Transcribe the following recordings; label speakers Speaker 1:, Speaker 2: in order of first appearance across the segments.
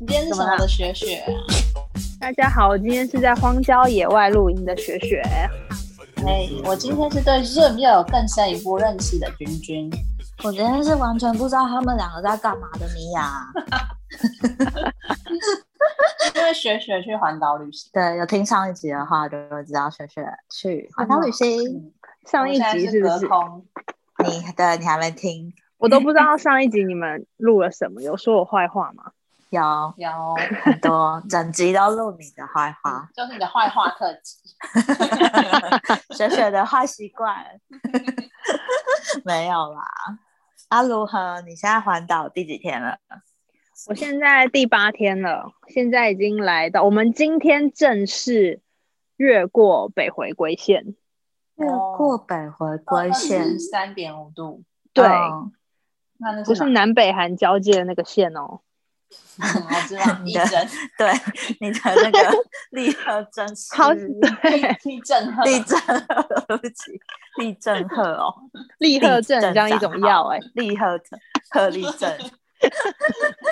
Speaker 1: 你今天是什么的学学啊？
Speaker 2: 大家好，我今天是在荒郊野外露营的雪雪。
Speaker 1: 哎，我今天是对 Zoom 又有更深一步认识的君君。
Speaker 3: 我今天是完全不知道他们两个在干嘛的米娅。
Speaker 1: 因为雪雪去环岛旅行，
Speaker 3: 对，有听上一集的话就会知道雪雪去环岛旅行。
Speaker 2: 上一
Speaker 1: 我现
Speaker 2: 集
Speaker 1: 在
Speaker 2: 是不
Speaker 1: 隔
Speaker 2: 是？
Speaker 1: 空，
Speaker 3: 你对你还没听？
Speaker 2: 我都不知道上一集你们录了什么，有说我坏话吗？
Speaker 3: 有
Speaker 1: 有
Speaker 3: 很多整集都录你的坏话，
Speaker 1: 嗯就是你的坏话特辑。
Speaker 3: 雪雪的坏习 惯。没有啦。啊，如何？你现在环岛第几天了？
Speaker 2: 我现在第八天了，现在已经来到我们今天正式越过北回归线。
Speaker 3: 越过北回
Speaker 1: 哦
Speaker 3: 归线，
Speaker 1: 三点五度，
Speaker 2: 对，
Speaker 1: 哦
Speaker 3: 嗯
Speaker 1: 那那
Speaker 2: 不
Speaker 1: 是
Speaker 2: 是南北韩交界的那个线哦。
Speaker 1: 哪嗯我知道，
Speaker 3: 你
Speaker 1: 一
Speaker 3: 的
Speaker 1: 针
Speaker 3: 对，你的那个立刻真是
Speaker 2: 好
Speaker 1: 一震撼，
Speaker 3: 立正， 对不起，立正鹤哦，
Speaker 2: 立鹤症
Speaker 3: 立
Speaker 2: 很像一种药哎、
Speaker 3: 立鹤正，鹤立正，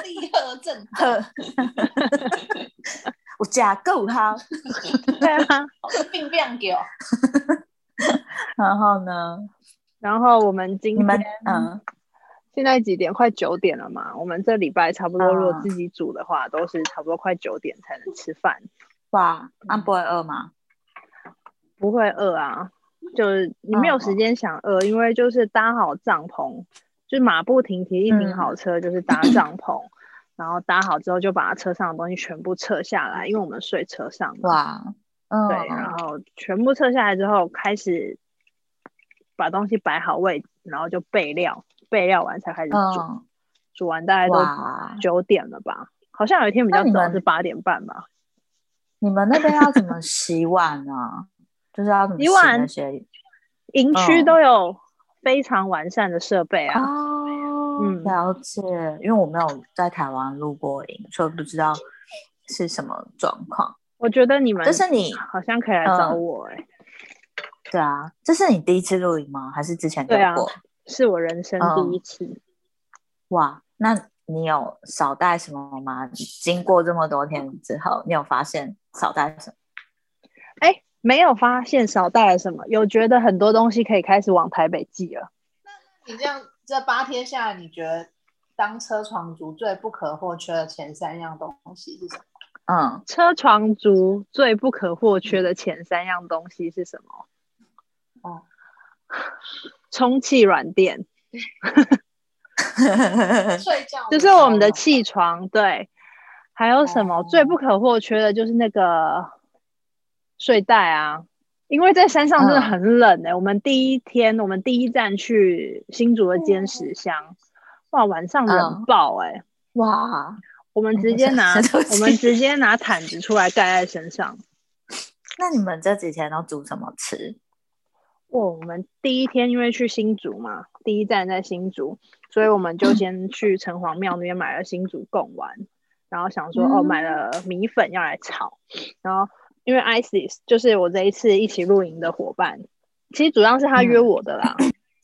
Speaker 1: 立刻震撼，
Speaker 3: 鹤，我加够好。
Speaker 2: 对啊。
Speaker 1: 病变给我。
Speaker 3: 然后呢，
Speaker 2: 然后我们今
Speaker 3: 你们
Speaker 2: 天
Speaker 3: 嗯，
Speaker 2: 现在几点？快九点了嘛。我们这礼拜差不多，如果
Speaker 3: 啊
Speaker 2: 自己煮的话，都是差不多快九点才能吃饭。
Speaker 3: 哇，那不会饿吗？
Speaker 2: 不会饿啊，就是你没有
Speaker 3: 嗯
Speaker 2: 时间想饿，因为就是搭好帐篷，就是马不停蹄一停
Speaker 3: 嗯
Speaker 2: 好车，就是搭帐篷，然后搭好之后就把车上的东西全部撤下来，因为我们睡车上嘛，
Speaker 3: 哇，嗯，
Speaker 2: 对，啊然后全部撤下来之后开始把东西摆好位置，然后就备料，备料完才开始煮，
Speaker 3: 嗯，
Speaker 2: 煮完大概都
Speaker 3: 哇，
Speaker 2: 九点了吧，好像有一天比较
Speaker 3: 那你
Speaker 2: 早
Speaker 3: 们
Speaker 2: 是八点半吧，
Speaker 3: 你们那边要怎么洗碗呢？就是要怎么
Speaker 2: 洗碗
Speaker 3: 那些
Speaker 2: 营区
Speaker 3: 嗯
Speaker 2: 都有非常完善的设备啊。
Speaker 3: 哦
Speaker 2: 嗯
Speaker 3: 了解，因为我没有在台湾录过音，所以不知道是什么状况。
Speaker 2: 我觉得你们
Speaker 3: 这是你嗯
Speaker 2: 好像可以来找我哎、
Speaker 3: 对啊，这是你第一次录音吗？还是之前录
Speaker 2: 对啊
Speaker 3: 过？
Speaker 2: 是我人生
Speaker 3: 嗯
Speaker 2: 第一次。
Speaker 3: 哇，那你有少带什么吗？经过这么多天之后，你有发现少带什么？
Speaker 2: 哎、没有发现少带了什么，有觉得很多东西可以开始往台北寄了。
Speaker 1: 你这样这八天下来，你觉得当车床族最不可或缺的前三样东西是什么？
Speaker 3: 嗯，
Speaker 2: 车床族最不可或缺的前三样东西是什么？
Speaker 1: 哦，
Speaker 2: 充气软垫，
Speaker 1: 睡觉
Speaker 2: 就是我们的气床。对，还有什么
Speaker 3: 哦
Speaker 2: 最不可或缺的？就是那个睡袋啊，因为在山上真的
Speaker 3: 嗯
Speaker 2: 很冷哎、我们第一天，我们第一站去新竹的尖石乡，哇，晚上冷
Speaker 3: 嗯
Speaker 2: 爆哎、
Speaker 3: 哇，
Speaker 2: 我们
Speaker 3: 哎
Speaker 2: 直
Speaker 3: 我
Speaker 2: 接
Speaker 3: 想
Speaker 2: 拿
Speaker 3: 想对不
Speaker 2: 我们
Speaker 3: 起
Speaker 2: 直接拿毯子出来盖在身上。
Speaker 3: 那你们这几天都煮什么吃？
Speaker 2: 哇，哦我们第一天因为去新竹嘛，第一站在新竹，所以我们就先去城隍庙那边买了新竹贡丸，然后想说、哦
Speaker 3: 嗯
Speaker 2: 买了米粉要来炒，然后因为 ISIS 就是我这一次一起露营的伙伴，其实主要是他约我的啦，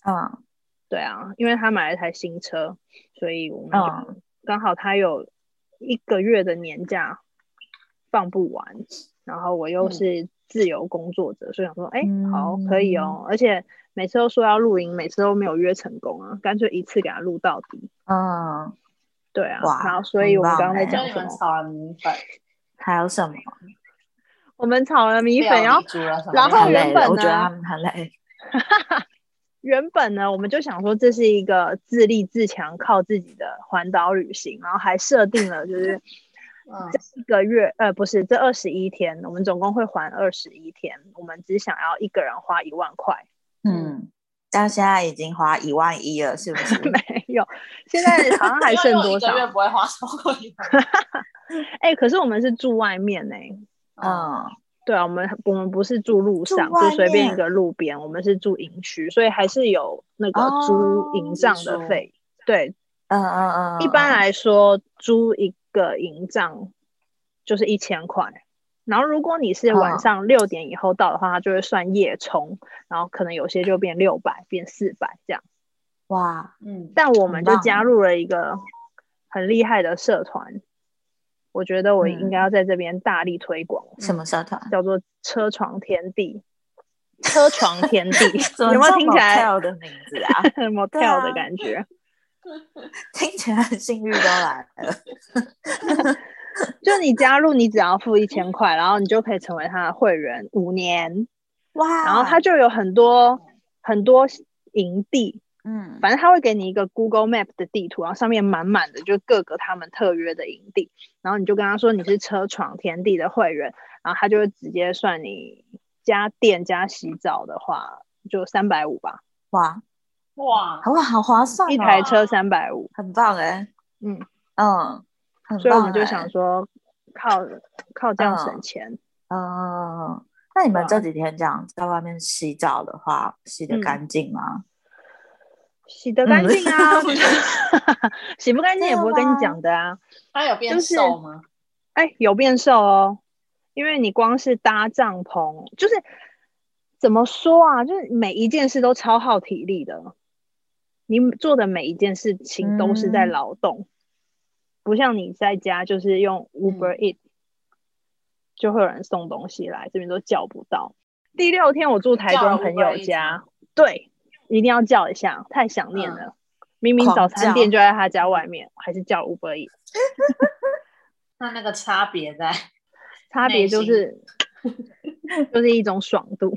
Speaker 3: 嗯
Speaker 2: 对啊，因为他买了台新车，所以我们就
Speaker 3: 嗯，
Speaker 2: 刚好他有一个月的年假放不完，然后我又
Speaker 1: 嗯
Speaker 2: 是自由工作者，所以想说，哎、
Speaker 3: 嗯
Speaker 2: 好，可以哦。而且每次都说要录音，每次都没有约成功啊，干脆一次给他录到底。
Speaker 3: 嗯，
Speaker 2: 对啊，
Speaker 3: 哇
Speaker 2: 然后所以我们
Speaker 3: 很
Speaker 2: 刚刚
Speaker 3: 棒
Speaker 2: 在
Speaker 3: 欸
Speaker 1: 就
Speaker 2: 讲
Speaker 1: 你们
Speaker 2: 什么？
Speaker 1: 炒了米粉，
Speaker 3: 还有什么？
Speaker 2: 我们炒了米粉，哦
Speaker 1: 料理
Speaker 2: 然后
Speaker 1: 煮了什么
Speaker 2: 然后
Speaker 3: 很
Speaker 1: 料理
Speaker 2: 原
Speaker 3: 累
Speaker 2: 本啊
Speaker 3: 了，我觉得
Speaker 2: 呢
Speaker 3: 他们很累。
Speaker 2: 原本呢，我们就想说这是一个自立自强、靠自己的环岛旅行，然后还设定了就是
Speaker 1: 嗯
Speaker 2: 这一个月，呃，不是这二十一天，我们总共会还二十一天，我们只想要一个人花一万块，
Speaker 3: 嗯，但现在已经花一万一了，是不是？
Speaker 2: 没有，现在好像还剩多
Speaker 1: 因为我一个月
Speaker 2: 少？
Speaker 1: 不会花超过一万。
Speaker 2: 哎、可是我们是住外面呢、
Speaker 3: 嗯，
Speaker 2: 对啊，我们我们不是住路上，
Speaker 3: 住外
Speaker 2: 就
Speaker 3: 面
Speaker 2: 随便一个路边，我们是住营区，所以还是有那个租
Speaker 3: 哦
Speaker 2: 营帐的
Speaker 1: 你
Speaker 2: 费。对，
Speaker 3: 嗯嗯嗯，
Speaker 2: 一般来说租一个营帐就是一千块，
Speaker 3: 嗯
Speaker 2: 然后如果你是晚
Speaker 3: 哦
Speaker 2: 上六点以后到的话，它就会算夜冲，然后可能有些就变六百、变四百这样。
Speaker 3: 哇，
Speaker 1: 嗯，
Speaker 2: 但我们
Speaker 3: 很
Speaker 2: 就
Speaker 3: 棒欸
Speaker 2: 加入了一个很厉害的社团，我觉得我应该要在这边大力推广，
Speaker 3: 嗯什么社团？
Speaker 2: 叫做“车床天地”。车床天地
Speaker 3: 怎
Speaker 2: 嗯
Speaker 3: 么
Speaker 2: 有没有
Speaker 3: 叫
Speaker 2: 听起来
Speaker 3: motel 的名字啊？
Speaker 2: 很
Speaker 3: 对啊
Speaker 2: motel 的感觉？
Speaker 3: 听起来性欲都来了。
Speaker 2: 就你加入，你只要付一千块，然后你就可以成为他的会员五年，
Speaker 3: 哇，
Speaker 2: 然后他就有很多很多营地，
Speaker 3: 嗯，
Speaker 2: 反正他会给你一个 Google Map 的地图，然后上面满满的就各个他们特约的营地，然后你就跟他说你是车闯天地的会员，然后他就会直接算你加电加洗澡的话就三百五吧，
Speaker 3: 哇，
Speaker 1: 哇，
Speaker 3: 哇，好划算、哦，
Speaker 2: 一台车三百五，
Speaker 3: 很棒哎、
Speaker 2: 嗯，
Speaker 3: 嗯，很棒、欸。
Speaker 2: 所以我们就想说靠靠这样省
Speaker 3: 嗯
Speaker 2: 钱。
Speaker 3: 嗯，那你们这几天这样在外面洗澡的话，洗的
Speaker 2: 啊嗯
Speaker 3: 干净吗？
Speaker 2: 洗得干净啊，洗不干净也不会跟你讲的啊。
Speaker 1: 他有变
Speaker 2: 就是
Speaker 1: 瘦吗？
Speaker 2: 哎，有变瘦哦，因为你光是搭帐篷，就是怎么说啊，就是每一件事都超耗体力的。你做的每一件事情都是在
Speaker 3: 嗯
Speaker 2: 劳动，不像你在家就是用
Speaker 1: 嗯
Speaker 2: Uber Eat，、就会有人送东西来，这边都叫不到。第六天我住台
Speaker 1: 叫了
Speaker 2: 中朋
Speaker 1: Uber
Speaker 2: 友
Speaker 1: Eats
Speaker 2: 家，对，一定要叫一下，太想念
Speaker 1: 嗯
Speaker 2: 了。明明
Speaker 3: 狂
Speaker 2: 早餐
Speaker 3: 叫
Speaker 2: 店就在他家外面，还是叫 Uber Eats。
Speaker 1: 那那个差别在，
Speaker 2: 差别就
Speaker 1: 内心
Speaker 2: 是就是一种爽度。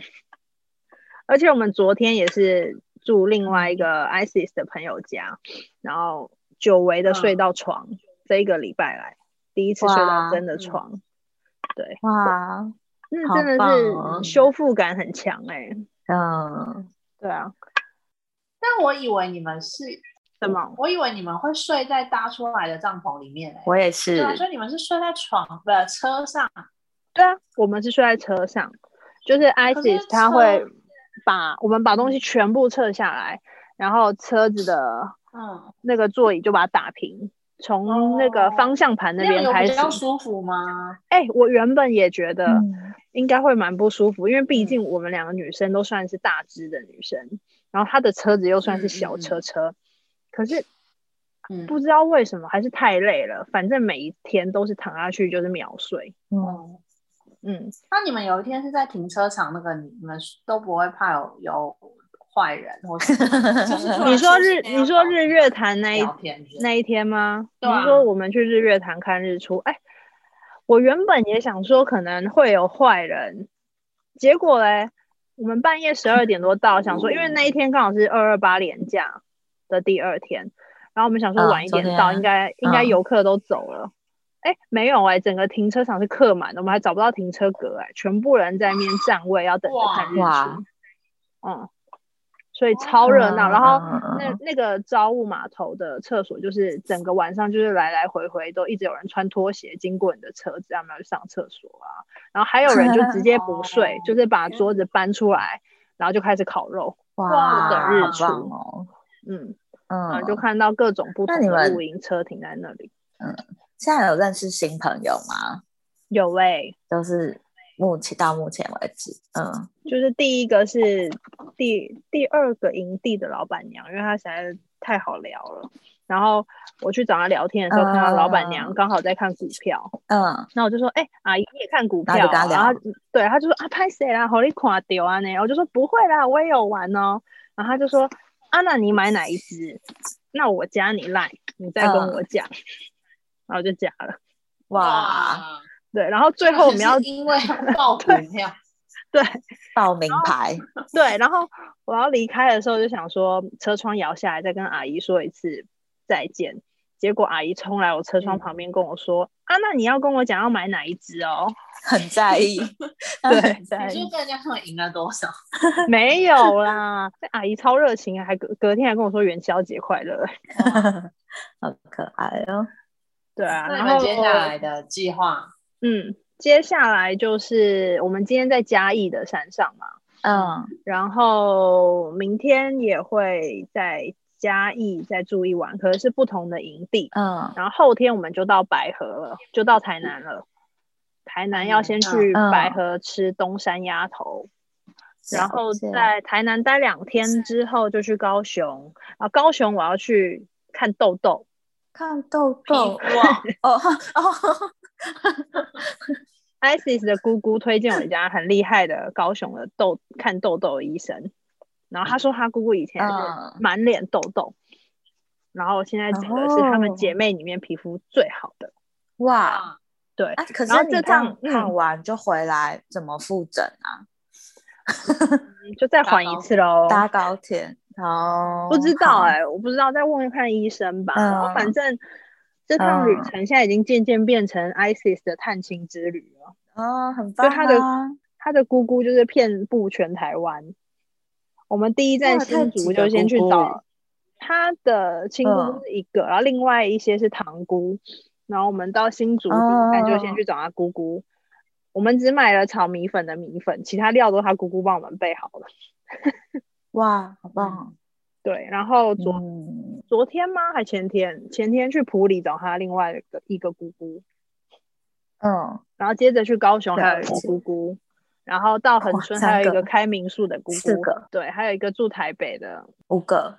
Speaker 2: 而且我们昨天也是住另外一个 ISIS 的朋友家，然后久违的睡到床，这一个礼拜来第一次睡到
Speaker 3: 哇
Speaker 2: 真的
Speaker 1: 嗯
Speaker 2: 床，对，
Speaker 3: 哇，
Speaker 2: 那
Speaker 3: 好
Speaker 2: 真的
Speaker 3: 棒
Speaker 2: 是
Speaker 3: 哦
Speaker 2: 修复感很强哎、
Speaker 3: 嗯，
Speaker 2: 对啊，
Speaker 1: 但我以为你们是
Speaker 2: 什么？
Speaker 1: 我以为你们会睡在搭出来的帐篷里面、欸，
Speaker 3: 我也是
Speaker 1: 对。啊，所以你们是睡在床不是车上，
Speaker 2: 对啊，我们是睡在车上，就是 ISIS 他会
Speaker 1: 车
Speaker 2: 把我们把东西全部撤下来，然后车子的
Speaker 1: 嗯，
Speaker 2: 那个座椅就把它打平，从那个
Speaker 1: 哦
Speaker 2: 方向盘那
Speaker 1: 那样
Speaker 2: 边
Speaker 1: 有
Speaker 2: 开
Speaker 1: 比
Speaker 2: 始。
Speaker 1: 较舒服吗？
Speaker 2: 哎、我原本也觉得
Speaker 3: 嗯
Speaker 2: 应该会蛮不舒服，因为
Speaker 1: 嗯
Speaker 2: 毕竟我们两个女生都算是大只的女生，然后她的车子又算是小车车，可是
Speaker 1: 嗯，
Speaker 2: 不知道为什么还是太累了，反正每一天都是躺下去就是秒睡。
Speaker 3: 嗯，
Speaker 1: 哦。
Speaker 2: 嗯，
Speaker 1: 那你们有一天是在停车场那个，你们都不会怕有有坏人或是就是突然
Speaker 2: 你说日
Speaker 1: 出现要
Speaker 2: 你说日月潭那一
Speaker 1: 聊天之类的
Speaker 2: 那一天吗？
Speaker 1: 对啊
Speaker 2: 你说我们去日月潭看日出，哎、我原本也想说可能会有坏人，结果嘞，我们半夜十二点多到，想说因为那一天刚好是二二八连假的第二天，然后我们想说
Speaker 3: 嗯
Speaker 2: 晚一点
Speaker 3: 昨天
Speaker 2: 到，
Speaker 3: 啊
Speaker 2: 应该应该
Speaker 3: 嗯
Speaker 2: 游客都走了。哎，没有哎、整个停车场是客满的，我们还找不到停车格哎、全部人在面站位要等着看日
Speaker 3: 哇
Speaker 2: 出，嗯，所以超热闹。然后
Speaker 3: 嗯嗯
Speaker 2: 那
Speaker 3: 嗯
Speaker 2: 那个朝雾码头的厕所，就是整个晚上就是来来回回都一直有人穿拖鞋经过你的车子，要么去上厕所啊，然后还有人就直 接不睡，
Speaker 1: 哦
Speaker 2: 就是把桌子搬出来，然后就开始烤肉，
Speaker 3: 哇，
Speaker 1: 等
Speaker 2: 日
Speaker 3: 好
Speaker 2: 出
Speaker 3: 棒哦，
Speaker 2: 嗯，然后
Speaker 3: 嗯，
Speaker 2: 就看到各种不
Speaker 3: 那
Speaker 2: 同
Speaker 3: 你
Speaker 2: 的
Speaker 3: 们
Speaker 2: 露营车停在那里。
Speaker 3: 现在有认识新朋友吗？
Speaker 2: 有哎、
Speaker 3: 就是目前到目前为止，嗯，
Speaker 2: 就是第一个是第第二个营地的老板娘，因为她实在是太好聊了。然后我去找她聊天的时候，看到老板娘刚好在看股票，
Speaker 3: 嗯，
Speaker 2: 那我就说，哎、阿姨你也看股票、啊？
Speaker 3: 然后就跟她聊
Speaker 2: 然后她对，她就说啊，拍谁啦？好你垮丢啊呢？我就说不会啦，我也有玩哦。然后她就说，啊，那你买哪一只？那我加你赖，你再跟
Speaker 3: 嗯
Speaker 2: 我讲。然后我就加了。
Speaker 3: 哇，，
Speaker 2: 对，然后最后我们 要
Speaker 1: 就是因为 爆股票，
Speaker 2: 对
Speaker 3: 报名牌，
Speaker 2: 对，然后我要离开的时候就想说，车窗摇下来再跟阿姨说一次再见。结果阿姨冲来我车窗
Speaker 1: 嗯
Speaker 2: 旁边跟我说：“啊，那你要跟我讲要买哪一只哦？”
Speaker 3: 很在 意，
Speaker 2: 对
Speaker 3: 很在
Speaker 1: 你
Speaker 3: 意
Speaker 1: 说，跟人家他们赢了多少？
Speaker 2: 没有啦，那阿姨超热情，还隔隔天还跟我说元宵节快乐。
Speaker 3: 好可爱哦，
Speaker 2: 对啊，
Speaker 1: 那你
Speaker 2: 然
Speaker 1: 们
Speaker 2: 后
Speaker 1: 接下来的计 划，
Speaker 2: 嗯，接下来就是我们今天在嘉义的山上嘛，
Speaker 3: 嗯，
Speaker 2: 然后明天也会在嘉义再住一晚，可能是不同的营地。
Speaker 3: 嗯
Speaker 2: 然后后天我们就到白河了，就到台南了。台南要先
Speaker 1: 嗯
Speaker 2: 去白河吃东山鸭头，然后在台南待两天之后就去高雄，啊，高雄我要去看豆豆，
Speaker 3: 看豆豆
Speaker 1: 皮肤啊
Speaker 3: 哦哦，
Speaker 2: ISIS 的姑姑推荐我一家很厉害的高雄的痘看痘痘的医生，然后他说他姑姑以前是
Speaker 3: 嗯
Speaker 2: 满脸痘痘，然后现在指的是她
Speaker 3: 哦
Speaker 2: 们姐妹里面皮肤最好的。
Speaker 3: 哇！
Speaker 2: 对，
Speaker 3: 啊，可
Speaker 2: 嗯然
Speaker 3: 是
Speaker 2: 后
Speaker 3: 你
Speaker 2: 这
Speaker 3: 这样
Speaker 2: 趟嗯
Speaker 3: 看完就回来，怎么复诊啊？
Speaker 2: 就再缓一次喽。
Speaker 3: 搭高铁？哦，
Speaker 2: 不知道
Speaker 3: 好
Speaker 2: 哎、我不知道，再问问看医生吧。然后
Speaker 3: 嗯
Speaker 2: 反正这趟旅
Speaker 3: 嗯
Speaker 2: 程现在已经渐渐变成 ISIS 的探亲之旅了。
Speaker 3: 哦，很棒、啊。
Speaker 2: 他的她的姑姑就是遍布全台湾。我们第一站
Speaker 3: 哇太
Speaker 2: 新
Speaker 3: 挤
Speaker 2: 竹
Speaker 3: 了
Speaker 2: 就先去
Speaker 3: 姑姑欸
Speaker 2: 找她的亲姑
Speaker 3: 嗯
Speaker 2: 是一个，然后另外一些是堂姑。然后我们到新竹第
Speaker 3: 哦
Speaker 2: 一站就先去找她姑姑。我们只买了炒米粉的米粉，其他料都她姑姑帮我们备好了。
Speaker 3: 哇，好棒！
Speaker 2: 对，然后昨、
Speaker 3: 嗯，
Speaker 2: 昨天吗？还前天？前天去埔里找她另外一个一个姑姑，
Speaker 3: 嗯，
Speaker 2: 然后接着去高雄还有一
Speaker 3: 了
Speaker 2: 个
Speaker 3: 解
Speaker 2: 姑姑，然后到恒春
Speaker 3: 哇三
Speaker 2: 还有一
Speaker 3: 个
Speaker 2: 个开民宿的姑
Speaker 3: 四
Speaker 2: 姑
Speaker 3: 个，
Speaker 2: 对，还有一个住台北的
Speaker 3: 五个，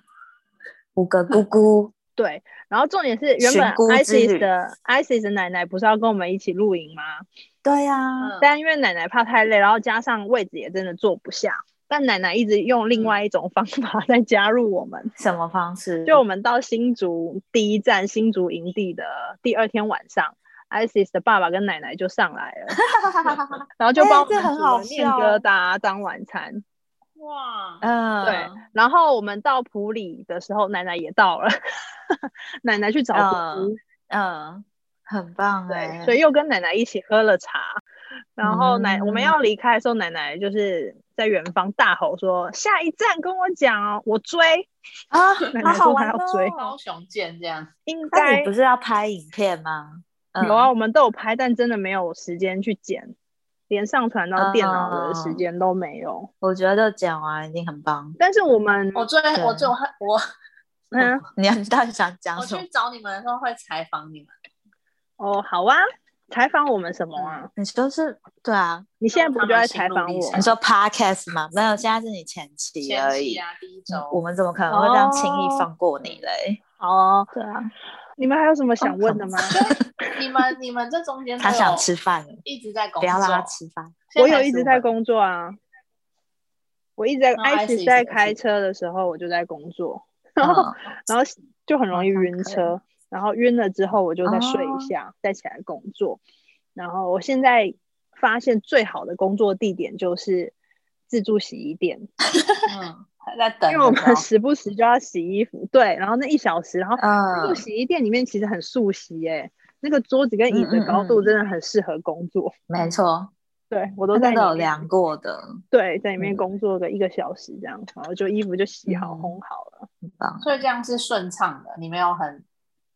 Speaker 3: 五个 姑姑，
Speaker 2: 对，然后重点是原
Speaker 3: 寻
Speaker 2: 本
Speaker 3: 菇之
Speaker 2: ISIS
Speaker 3: 旅
Speaker 2: 的 ISIS 的奶奶不是要跟我们一起露营吗？
Speaker 3: 对呀、
Speaker 1: 嗯
Speaker 2: 但因为奶奶怕太累，然后加上位置也真的坐不下，但奶奶一直用另外一种方法
Speaker 3: 嗯
Speaker 2: 在加入我们。
Speaker 3: 什么方式？
Speaker 2: 就我们到新竹第一站新竹营地的第二天晚上，ISIS 的爸爸跟奶奶就上来 了，然后就
Speaker 3: 哎
Speaker 2: 帮我
Speaker 3: 这
Speaker 2: 们
Speaker 3: 很
Speaker 2: 煮
Speaker 3: 好
Speaker 2: 了面
Speaker 3: 笑
Speaker 2: 疙瘩当晚餐。
Speaker 1: 哇，
Speaker 3: 嗯，
Speaker 2: 对，然后我们到普里的时候，奶奶也到了， 奶奶去找姑姑。
Speaker 3: 嗯嗯，很棒哎、
Speaker 2: 对，所以又跟奶奶一起喝了茶，然后奶、我们
Speaker 3: 嗯
Speaker 2: 要离开的时候，奶奶就是在远方大吼说：“下一站跟我讲哦，我追，
Speaker 3: 啊，
Speaker 2: 奶奶
Speaker 3: 好好
Speaker 2: 说她
Speaker 3: 玩
Speaker 2: 要
Speaker 3: 哦
Speaker 2: 追
Speaker 1: 高雄见这样，
Speaker 2: 应
Speaker 3: 那
Speaker 2: 该
Speaker 3: 你不是要拍影片吗？嗯
Speaker 2: 有啊，，我们都有拍，但真的没有时间去剪，连上传到电脑的
Speaker 3: 啊
Speaker 2: 时间都没有。
Speaker 3: 我觉得剪完已经很棒。
Speaker 2: 但是我们
Speaker 1: 我最
Speaker 3: 对
Speaker 1: 我最我我
Speaker 2: 嗯
Speaker 3: 你要 到底想讲
Speaker 1: 我
Speaker 3: 什么
Speaker 1: 去？找你们的时候会采访你们，
Speaker 2: 哦好啊，采访我们什么啊？
Speaker 3: 你说是对啊，
Speaker 2: 你现在不就在采访我
Speaker 1: 嗯
Speaker 3: 你说 podcast 吗？没有，现在是你前期
Speaker 1: 前
Speaker 3: 而已
Speaker 1: 期。啊第一
Speaker 3: 嗯我
Speaker 1: 周，
Speaker 3: 们怎么可能会这样轻易
Speaker 2: 哦
Speaker 3: 放过你嘞？
Speaker 2: 哦？
Speaker 3: 对啊，
Speaker 2: 你们还有什么
Speaker 3: 哦
Speaker 2: 想问的吗？
Speaker 1: 你们你们这中间
Speaker 3: 他
Speaker 1: 都
Speaker 3: 想
Speaker 1: 有
Speaker 3: 吃饭了，
Speaker 1: 一直哦在工
Speaker 3: 不要让他
Speaker 1: 作，
Speaker 3: 吃饭。
Speaker 2: 我有一直在
Speaker 1: 工，
Speaker 2: 工作啊，我一直在
Speaker 3: 哦
Speaker 1: 那
Speaker 2: i
Speaker 1: ICE
Speaker 2: 直在
Speaker 1: 也是
Speaker 2: 开车的时候我就在工作，然后、
Speaker 3: 嗯
Speaker 2: 然后就很容易
Speaker 3: 好像
Speaker 2: 晕
Speaker 3: 可以
Speaker 2: 车，然后晕了之后我就再睡
Speaker 3: 哦
Speaker 2: 一下，再起来工作。然后我现在发现最好的工作地点就是自助洗衣店，
Speaker 1: 嗯，还在等
Speaker 2: 因为我
Speaker 1: 的时候
Speaker 2: 们时不时就要洗衣服，对，然后那一小时，然后自助
Speaker 3: 嗯，
Speaker 2: 洗衣店里面其实很速洗耶、那个桌子跟椅子
Speaker 3: 嗯嗯
Speaker 2: 的高度
Speaker 3: 嗯
Speaker 2: 真的很适合工作，
Speaker 3: 没错，
Speaker 2: 对我都
Speaker 3: 真
Speaker 2: 在
Speaker 3: 的有
Speaker 2: 里面
Speaker 3: 量过的，
Speaker 2: 对，在里面
Speaker 3: 嗯
Speaker 2: 工作个一个小时这样，然后就衣服就洗好
Speaker 3: 嗯
Speaker 2: 烘好了。
Speaker 3: 很棒。
Speaker 1: 所以这样是顺畅的，你没有很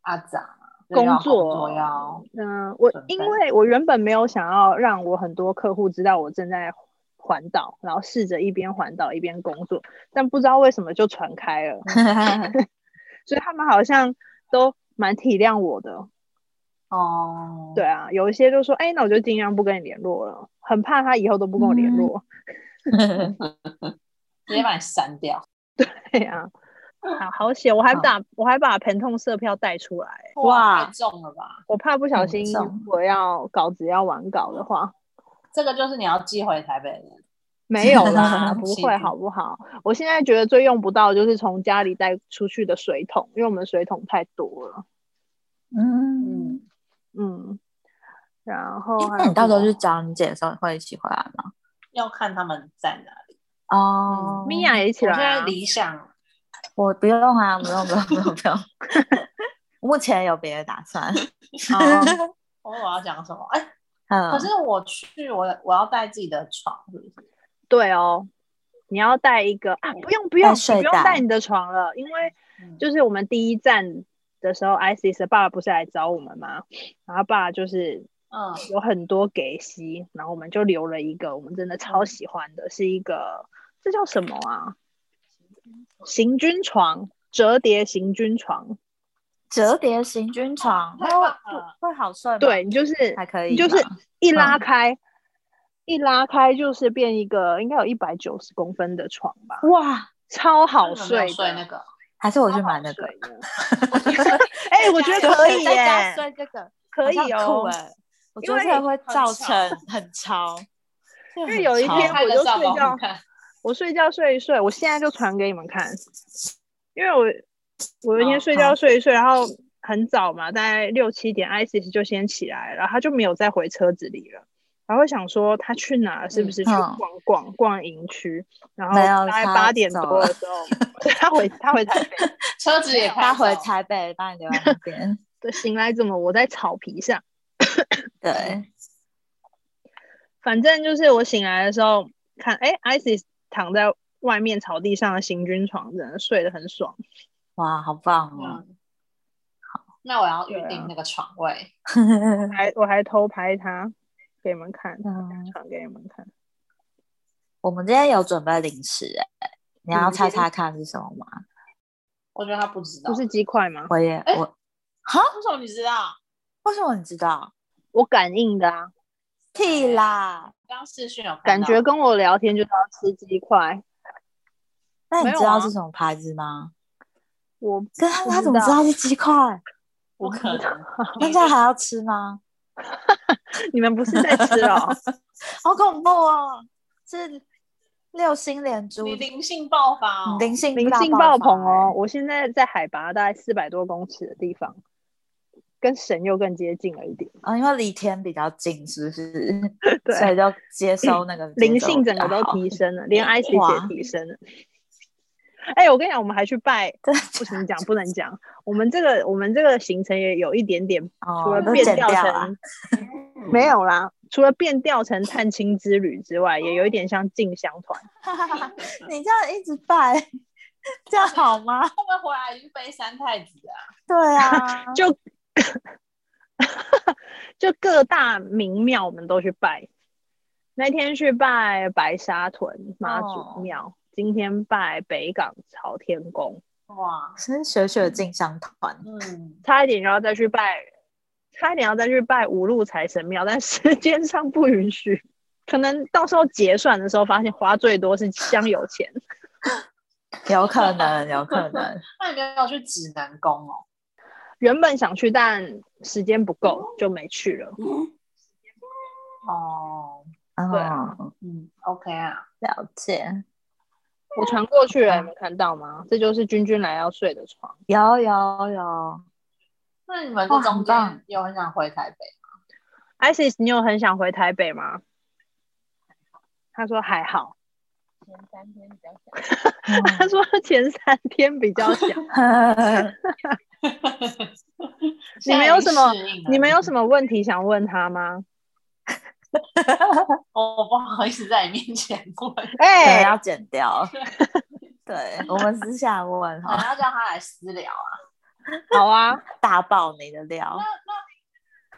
Speaker 1: 阿杂嘛，就
Speaker 2: 工
Speaker 1: 要
Speaker 2: 作
Speaker 1: 作要
Speaker 2: 嗯、我
Speaker 1: 准备
Speaker 2: 因为我原本没有想要让我很多客户知道我正在环岛，然后试着一边环岛一边工作，但不知道为什么就传开了，所以他们好像都蛮体谅我的。
Speaker 1: 哦，
Speaker 2: 对，啊，有一些就说，哎，那我就尽量不跟你联络了，很怕他以后都不跟我联
Speaker 3: 嗯
Speaker 2: 络。
Speaker 1: 直接把你删掉，
Speaker 2: 对啊，好好险，我还
Speaker 3: 好
Speaker 2: 打我还把疼痛色票带出来。
Speaker 3: 哇
Speaker 1: 太重了吧？
Speaker 2: 我怕不小
Speaker 3: 很
Speaker 2: 心，
Speaker 3: 重
Speaker 2: 如果要稿子要完稿的话，
Speaker 1: 这个就是你要寄回台北的，
Speaker 2: 没有啦，不
Speaker 1: 是
Speaker 2: 会好不好？我现在觉得最用不到就是从家里带出去的水桶，因为我们水桶太多了。
Speaker 3: 嗯，
Speaker 2: 嗯，然后还
Speaker 3: 诶那
Speaker 2: 有
Speaker 3: 你到时候
Speaker 2: 什么
Speaker 3: 去找你姐的时候，你会一起回来吗？
Speaker 1: 要看他们在哪里。
Speaker 3: 哦，
Speaker 2: 米娅也一起
Speaker 1: 我
Speaker 2: 来
Speaker 1: 现在
Speaker 2: 啊、
Speaker 1: 理想
Speaker 3: 我不用啊，不用，不用，不用，不用。 目前有别的打算。
Speaker 2: 哦
Speaker 1: 我我要讲什么？哎、
Speaker 3: 嗯，
Speaker 1: 可是我去，我我要带自己的床，是不是？
Speaker 2: 对哦，你要带一个啊，不用不用，
Speaker 3: 带
Speaker 2: 你
Speaker 3: 睡
Speaker 2: 不用
Speaker 3: 袋
Speaker 2: 带你的床了，因为
Speaker 1: 嗯
Speaker 2: 就是我们第一站的时候，ISIS 的爸爸不是来找我们吗？然后爸爸就是
Speaker 1: 嗯，
Speaker 2: 有很多给息，然后我们就留了一个我们真的超喜欢的，是一个这叫什么啊？行军床，折叠行军床，
Speaker 3: 折叠行军床，
Speaker 1: 太棒
Speaker 3: 那
Speaker 1: 了
Speaker 3: 会好睡吗？，
Speaker 2: 对你就是
Speaker 3: 还可以
Speaker 2: 你
Speaker 3: 吗，嗯
Speaker 2: 就是一拉开，一拉开就是变一个应该有一百九十公分的床吧，
Speaker 3: 哇，
Speaker 2: 超好
Speaker 1: 你有没有
Speaker 2: 睡
Speaker 1: 睡那
Speaker 2: 的。
Speaker 1: 个，
Speaker 3: 还是我去
Speaker 2: 超
Speaker 3: 买
Speaker 2: 好
Speaker 3: 那个，
Speaker 2: 睡的哎、我觉得可以
Speaker 3: 在
Speaker 2: 耶
Speaker 3: 家，睡这个
Speaker 2: 可以
Speaker 3: 好像很酷
Speaker 2: 哦。
Speaker 3: 哎，我
Speaker 2: 因
Speaker 3: 觉得
Speaker 2: 为
Speaker 3: 这个会
Speaker 1: 很
Speaker 3: 造
Speaker 1: 吵
Speaker 3: 成 很潮，因
Speaker 2: 因为有一天
Speaker 1: 拍
Speaker 2: 我
Speaker 1: 个
Speaker 2: 就
Speaker 1: 照
Speaker 2: 睡
Speaker 1: 给我
Speaker 2: 觉
Speaker 1: 们，看。
Speaker 2: 我睡觉睡一睡，我现在就传给你们看，因为我我有一
Speaker 3: 好
Speaker 2: 天睡
Speaker 3: 哦好
Speaker 2: 觉睡一睡，然后很早嘛，大概六七点，ISIS 就先起来，然后他就没有再回车子里了。然后想说他去哪了，是不是去
Speaker 3: 嗯
Speaker 2: 逛逛、逛营区？然后
Speaker 3: 没有
Speaker 2: 大概
Speaker 3: 他
Speaker 2: 八点
Speaker 3: 走
Speaker 2: 多的时候， 他回他回台北，
Speaker 1: 车子也开
Speaker 3: 他回
Speaker 1: 走
Speaker 3: 台北把你留在那 边，
Speaker 2: 对，醒来怎么我在草皮上？
Speaker 3: 对，
Speaker 2: 反正就是我醒来的时候看，哎，ISIS 躺在外面草地上的行军床，真的睡得很爽。
Speaker 3: 哇，好棒哦！
Speaker 1: 嗯，那我要预
Speaker 2: 对啊
Speaker 1: 定那个床位。
Speaker 2: 还我还偷拍他给你们看，
Speaker 3: 嗯
Speaker 2: 传给你们看。
Speaker 3: 我们今天有准备零食哎，你要
Speaker 2: 嗯
Speaker 3: 猜
Speaker 2: 今天
Speaker 3: 猜看是什么吗？
Speaker 1: 我觉得他不知道，
Speaker 2: 不是鸡块吗？
Speaker 3: 我也
Speaker 1: 哎
Speaker 3: 我
Speaker 1: 为什么你知道？
Speaker 3: 为什么你知道？
Speaker 2: 我感应的啊，
Speaker 3: 屁啦！
Speaker 1: 刚视讯有看
Speaker 2: 感
Speaker 1: 到
Speaker 2: 觉跟我聊天就知道吃鸡块。
Speaker 3: 那你
Speaker 2: 没有
Speaker 3: 知道
Speaker 2: 啊
Speaker 3: 是什么牌子吗？
Speaker 2: 我
Speaker 3: 可是
Speaker 2: 不
Speaker 3: 他
Speaker 2: 知
Speaker 3: 怎么知
Speaker 2: 道
Speaker 3: 道是 鸡块？
Speaker 1: 不可能，
Speaker 3: 那这样还要吃吗？
Speaker 2: 你们不是在吃 哦？
Speaker 3: 好恐怖哦！是六星连珠
Speaker 1: 你灵性爆发哦！
Speaker 3: 灵性
Speaker 2: 灵
Speaker 3: 大
Speaker 2: 性爆
Speaker 3: 发欸
Speaker 2: 棚哦！！我现在在海拔大概四百多公尺的地方，跟神又更接近了一点。
Speaker 3: 啊，因为离天比较近，是不是？所
Speaker 2: 对，
Speaker 3: 以就 接收那个
Speaker 2: 灵
Speaker 3: 节奏
Speaker 2: 性整
Speaker 3: 比
Speaker 2: 个
Speaker 3: 较
Speaker 2: 都
Speaker 3: 好
Speaker 2: 提升了，连 IC
Speaker 3: 哇
Speaker 2: 也提升了。哎、我跟你讲，我们还去拜，
Speaker 3: 对
Speaker 2: 不行讲不能讲。我们这个我们这个行程也有一点点，除
Speaker 3: 哦
Speaker 2: 了，
Speaker 3: 都
Speaker 2: 变
Speaker 3: 剪
Speaker 2: 调
Speaker 3: 掉
Speaker 2: 成、
Speaker 3: 了。
Speaker 2: 没有啦，除了变调成探亲之旅之外，也有一点像进香团。
Speaker 3: 你这样一直拜，这样好吗？
Speaker 1: 他们回来已经背三太子了啊，
Speaker 3: 对啊，
Speaker 2: 就就各大名庙我们都去拜。那天去拜白沙屯妈
Speaker 3: 哦
Speaker 2: 祖庙今天拜北港朝天宫，
Speaker 1: 哇，
Speaker 3: 是学学进香团，
Speaker 1: 嗯，
Speaker 2: 差一点就要再去拜，差一点要再去拜五路财神庙，但时间上不允许。可能到时候结算的时候，发现花最多是香油钱。
Speaker 3: 有可能，有可能。
Speaker 1: 那你没有去指南宫哦？
Speaker 2: 原本想去，但时间不够就没去了。
Speaker 1: 哦，
Speaker 2: 对啊
Speaker 3: 嗯，
Speaker 1: 嗯，OK 啊，
Speaker 3: 了解。
Speaker 2: 我传过去了，你们看到吗？这就是君君来要睡的床。
Speaker 3: 有有有，
Speaker 1: 那你们这
Speaker 3: 哇
Speaker 1: 中
Speaker 3: 很棒
Speaker 1: 间有很想回台北？
Speaker 2: ISIS，你有很想回台北吗？他说还好，
Speaker 1: 前三天比较想。
Speaker 2: 他说前三天比较 想。
Speaker 3: 嗯
Speaker 2: 你们有什么
Speaker 1: 现在已经适应了
Speaker 2: 你们有什么问题想问他吗？
Speaker 1: 哦我不好意思在你面前问，
Speaker 3: 可
Speaker 2: 哎、
Speaker 3: 能要剪掉。 对我们私下问
Speaker 1: 我
Speaker 3: 哈，
Speaker 1: 哦要叫他来私聊啊。
Speaker 2: 好啊，
Speaker 3: 大爆你的料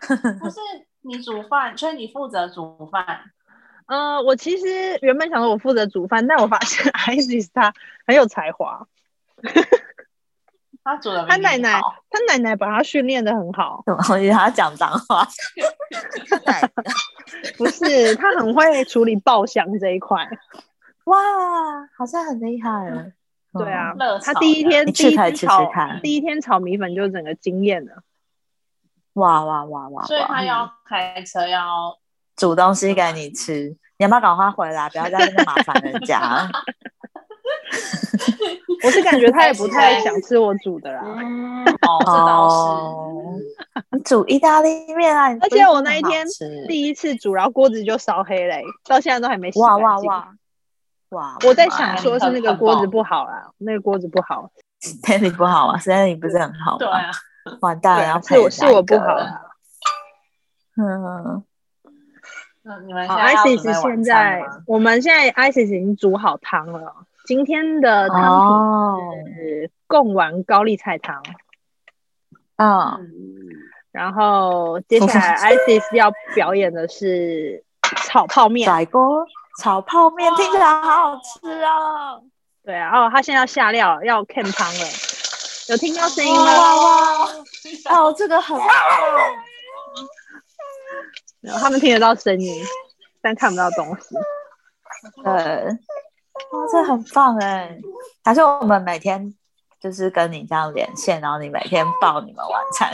Speaker 1: 那。那不是你煮饭，所以你负责煮饭，
Speaker 2: 呃，我其实原本想说我负责煮饭，但我发现 ISIS 他很有才华，
Speaker 1: 他煮的
Speaker 2: 他奶奶他奶奶把他训练的很好，
Speaker 3: 怎么？我以为他讲脏 话。
Speaker 2: 不是，他很会处理爆香这一块。
Speaker 3: 哇，好像很厉害哦。
Speaker 2: 对啊
Speaker 3: 嗯，
Speaker 1: 乐
Speaker 2: 他第一天
Speaker 3: 你
Speaker 2: 第
Speaker 3: 去
Speaker 2: 一
Speaker 3: 可以
Speaker 2: 天
Speaker 3: 吃
Speaker 2: 炒
Speaker 3: 吃看。
Speaker 2: 第一天炒米粉就整个惊艳了。
Speaker 3: 哇哇哇哇！
Speaker 1: 所以
Speaker 3: 哇
Speaker 1: 他要开车要
Speaker 3: 煮东西给你吃，你要不要赶快回来？不要在那边麻烦人家。
Speaker 2: 我是感觉他也不太想吃我煮的啦。
Speaker 1: 嗯，哦，这倒
Speaker 3: 哦你煮意大利面啊！你
Speaker 2: 而
Speaker 3: 不
Speaker 2: 且
Speaker 3: 是
Speaker 2: 我
Speaker 3: 说
Speaker 2: 那一
Speaker 3: 很好
Speaker 2: 天
Speaker 3: 吃
Speaker 2: 第一次煮，然后锅子就烧黑嘞、到现在都还没洗
Speaker 3: 哇
Speaker 2: 干
Speaker 3: 哇
Speaker 2: 净
Speaker 3: 哇哇！
Speaker 2: 我在
Speaker 3: 哇
Speaker 2: 想说是那个锅子不好啦，那个锅子不好，
Speaker 3: ，Stanley 不好吗？Stanley 啊不是很好吗？
Speaker 1: 是，对啊，
Speaker 3: 完蛋了，
Speaker 2: 对啊
Speaker 3: 要
Speaker 2: 是我
Speaker 3: 配下
Speaker 2: 是我
Speaker 3: 一个
Speaker 2: 不好
Speaker 3: 了。嗯，
Speaker 1: 那你们
Speaker 2: 好
Speaker 1: 现在要准备
Speaker 2: ，ISIS
Speaker 1: 晚
Speaker 2: 现
Speaker 1: 餐
Speaker 2: 在
Speaker 1: 了吗
Speaker 2: 我们现在 ISIS 已经煮好汤了，今天的呃汤
Speaker 3: 哦，
Speaker 2: 品是贡丸高丽菜汤，
Speaker 3: 嗯，
Speaker 2: 然后接下来 ISIS 要表演的是炒泡面，
Speaker 3: 甩锅炒泡面听起来好好吃哦。
Speaker 2: 对啊，哦，他现在要下料，要 can 汤了，有听到声音
Speaker 3: 哇
Speaker 2: 吗？
Speaker 3: 哇！ 哦，这个很棒，
Speaker 2: 没有他们听得到声音，但看不到东西。
Speaker 3: 对，哇，欸这很棒哎！还是我们每天就是跟你这样连线，然后你每天报你们晚餐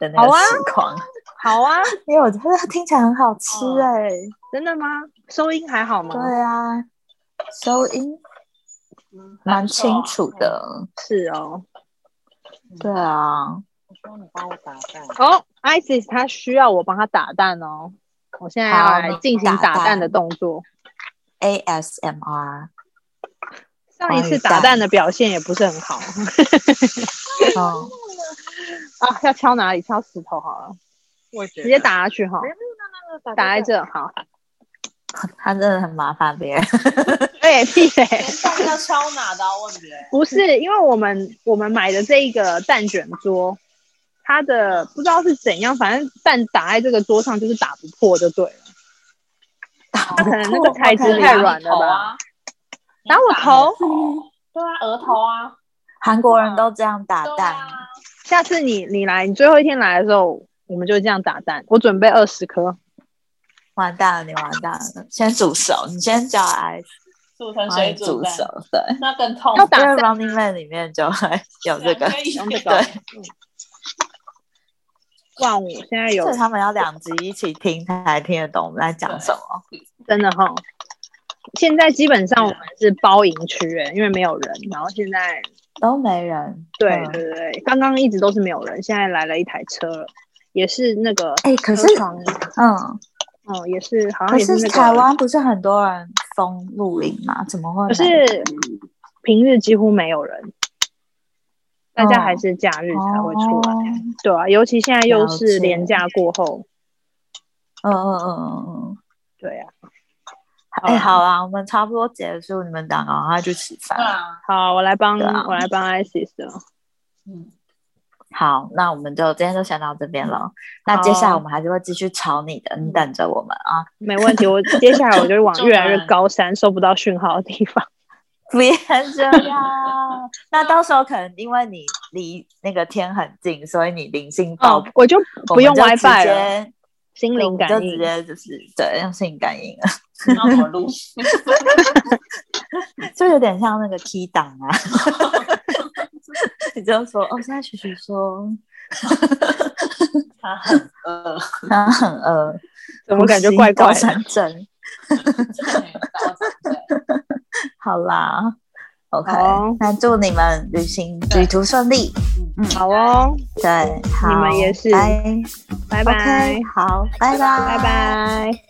Speaker 3: 的那
Speaker 2: 好
Speaker 3: 个
Speaker 2: 啊
Speaker 3: 实况，
Speaker 2: 好啊，
Speaker 3: 因为我觉得听起来很好吃
Speaker 1: 嗯
Speaker 3: 哎。
Speaker 2: 真的吗？收音还好吗？
Speaker 3: 对啊，收音
Speaker 1: 嗯
Speaker 3: 蛮清楚。的。
Speaker 2: 是哦。
Speaker 3: 对啊，
Speaker 1: 我说嗯你帮我打蛋，
Speaker 2: 哦、i s i s 他需要我帮他打蛋哦。我现在
Speaker 3: 好
Speaker 2: 要来进行打
Speaker 3: 打蛋
Speaker 2: 蛋的动作。
Speaker 3: ASMR，
Speaker 2: 上一
Speaker 3: 帮你
Speaker 2: 次
Speaker 3: 打
Speaker 2: 打蛋的啊表现也不是 很好
Speaker 3: 嗯，
Speaker 2: 啊，要敲哪里？敲石头好了，
Speaker 1: 我直
Speaker 2: 直接打下去哈，打在这好。
Speaker 3: 他真的很麻烦别人。
Speaker 2: 对，哎屁嘞。
Speaker 1: 连蛋要敲哪的？啊我问别人。
Speaker 2: 不是，因为我们我们买的这一个蛋卷桌，它的不知道是怎样，反正蛋打在这个桌上就是打不破就对了。它可能那个材质
Speaker 3: 哦
Speaker 2: 太啊软
Speaker 1: 啊
Speaker 2: 了吧？？打我头？
Speaker 1: 对啊，额头啊，
Speaker 3: 韩国人都这样打
Speaker 1: 对
Speaker 3: 蛋，
Speaker 1: 啊，
Speaker 2: 下次你你来，你最后一天来的时候，我们就这样打蛋。我准备二十颗，
Speaker 3: 完蛋了，你完蛋了，先煮熟，你先叫 I
Speaker 1: 速成
Speaker 3: 帮你
Speaker 1: 水
Speaker 3: 煮熟
Speaker 1: 蛋，，
Speaker 3: 对。
Speaker 1: 那更痛。
Speaker 2: 要
Speaker 3: 因
Speaker 2: 打
Speaker 3: 为
Speaker 2: 蛋
Speaker 3: Running Man 里面就会 有这个，
Speaker 2: 用
Speaker 1: 用
Speaker 2: 这个。
Speaker 3: 对
Speaker 2: 嗯万五现在有
Speaker 3: 所以他们要两集一起听才听得懂我们在讲什么。
Speaker 2: 真的哈，现在基本上我们是包营区哎，因为没有人，然后现在
Speaker 3: 都没人，
Speaker 2: 对
Speaker 3: 嗯
Speaker 2: 对对，对刚刚一直都是没有人，现在来了一台车了，也是那个
Speaker 3: 哎、可是
Speaker 2: 车床，
Speaker 3: 嗯，
Speaker 2: 嗯，也是好像
Speaker 3: 可
Speaker 2: 也
Speaker 3: 是
Speaker 2: 那个，
Speaker 3: 台湾不是很多人封露营吗？怎么会
Speaker 2: 可
Speaker 3: 没？
Speaker 2: 是平日几乎没有人，大家
Speaker 3: 哦
Speaker 2: 还是假日才会出来，
Speaker 3: 哦
Speaker 2: 对啊，尤其现在又
Speaker 3: 了解
Speaker 2: 是连假过后，
Speaker 3: 嗯嗯嗯嗯嗯，
Speaker 2: 对啊，嗯
Speaker 3: 哎、好啊，我们差不多结束，你们两个赶快去吃饭。
Speaker 1: 对
Speaker 2: 嗯
Speaker 1: 啊，
Speaker 2: 好，我来帮、
Speaker 3: 对啊
Speaker 2: 我来帮 ISIS 了，
Speaker 1: 嗯，
Speaker 3: 好，那我们就今天就先到这边了。那接下来我们还是会继续吵你的，你等着我们啊！
Speaker 2: 没问题，我接下来我就 会往
Speaker 1: 中
Speaker 2: 越来越
Speaker 1: 文
Speaker 2: 高山收不到讯号的地方，
Speaker 3: 别这样，那到时候可能因为你离那个天很近，所以你灵性爆
Speaker 2: 哦
Speaker 3: 棚，，
Speaker 2: 我就
Speaker 3: 我
Speaker 2: 不
Speaker 3: 们
Speaker 2: 用
Speaker 3: 就直
Speaker 2: WiFi 了，
Speaker 3: 接
Speaker 2: 心灵
Speaker 3: 我
Speaker 2: 感
Speaker 3: 们就直
Speaker 2: 应，
Speaker 3: 接就是对用心灵感应了，
Speaker 1: 那我录。
Speaker 3: 就有点像那个 key 档啊。 你就说哦，现在许许说
Speaker 1: 他很饿，
Speaker 3: 他很呃饿，
Speaker 2: 怎么感觉怪怪
Speaker 3: 高
Speaker 2: 的？
Speaker 3: 山症。好啦，OK，、
Speaker 2: 好
Speaker 3: 那祝你们旅行旅途顺利。
Speaker 2: 好哦，
Speaker 3: 对，好，
Speaker 2: 们也是
Speaker 3: 拜
Speaker 2: 拜
Speaker 3: o
Speaker 2: 拜
Speaker 3: k 好，拜拜，
Speaker 2: 拜拜。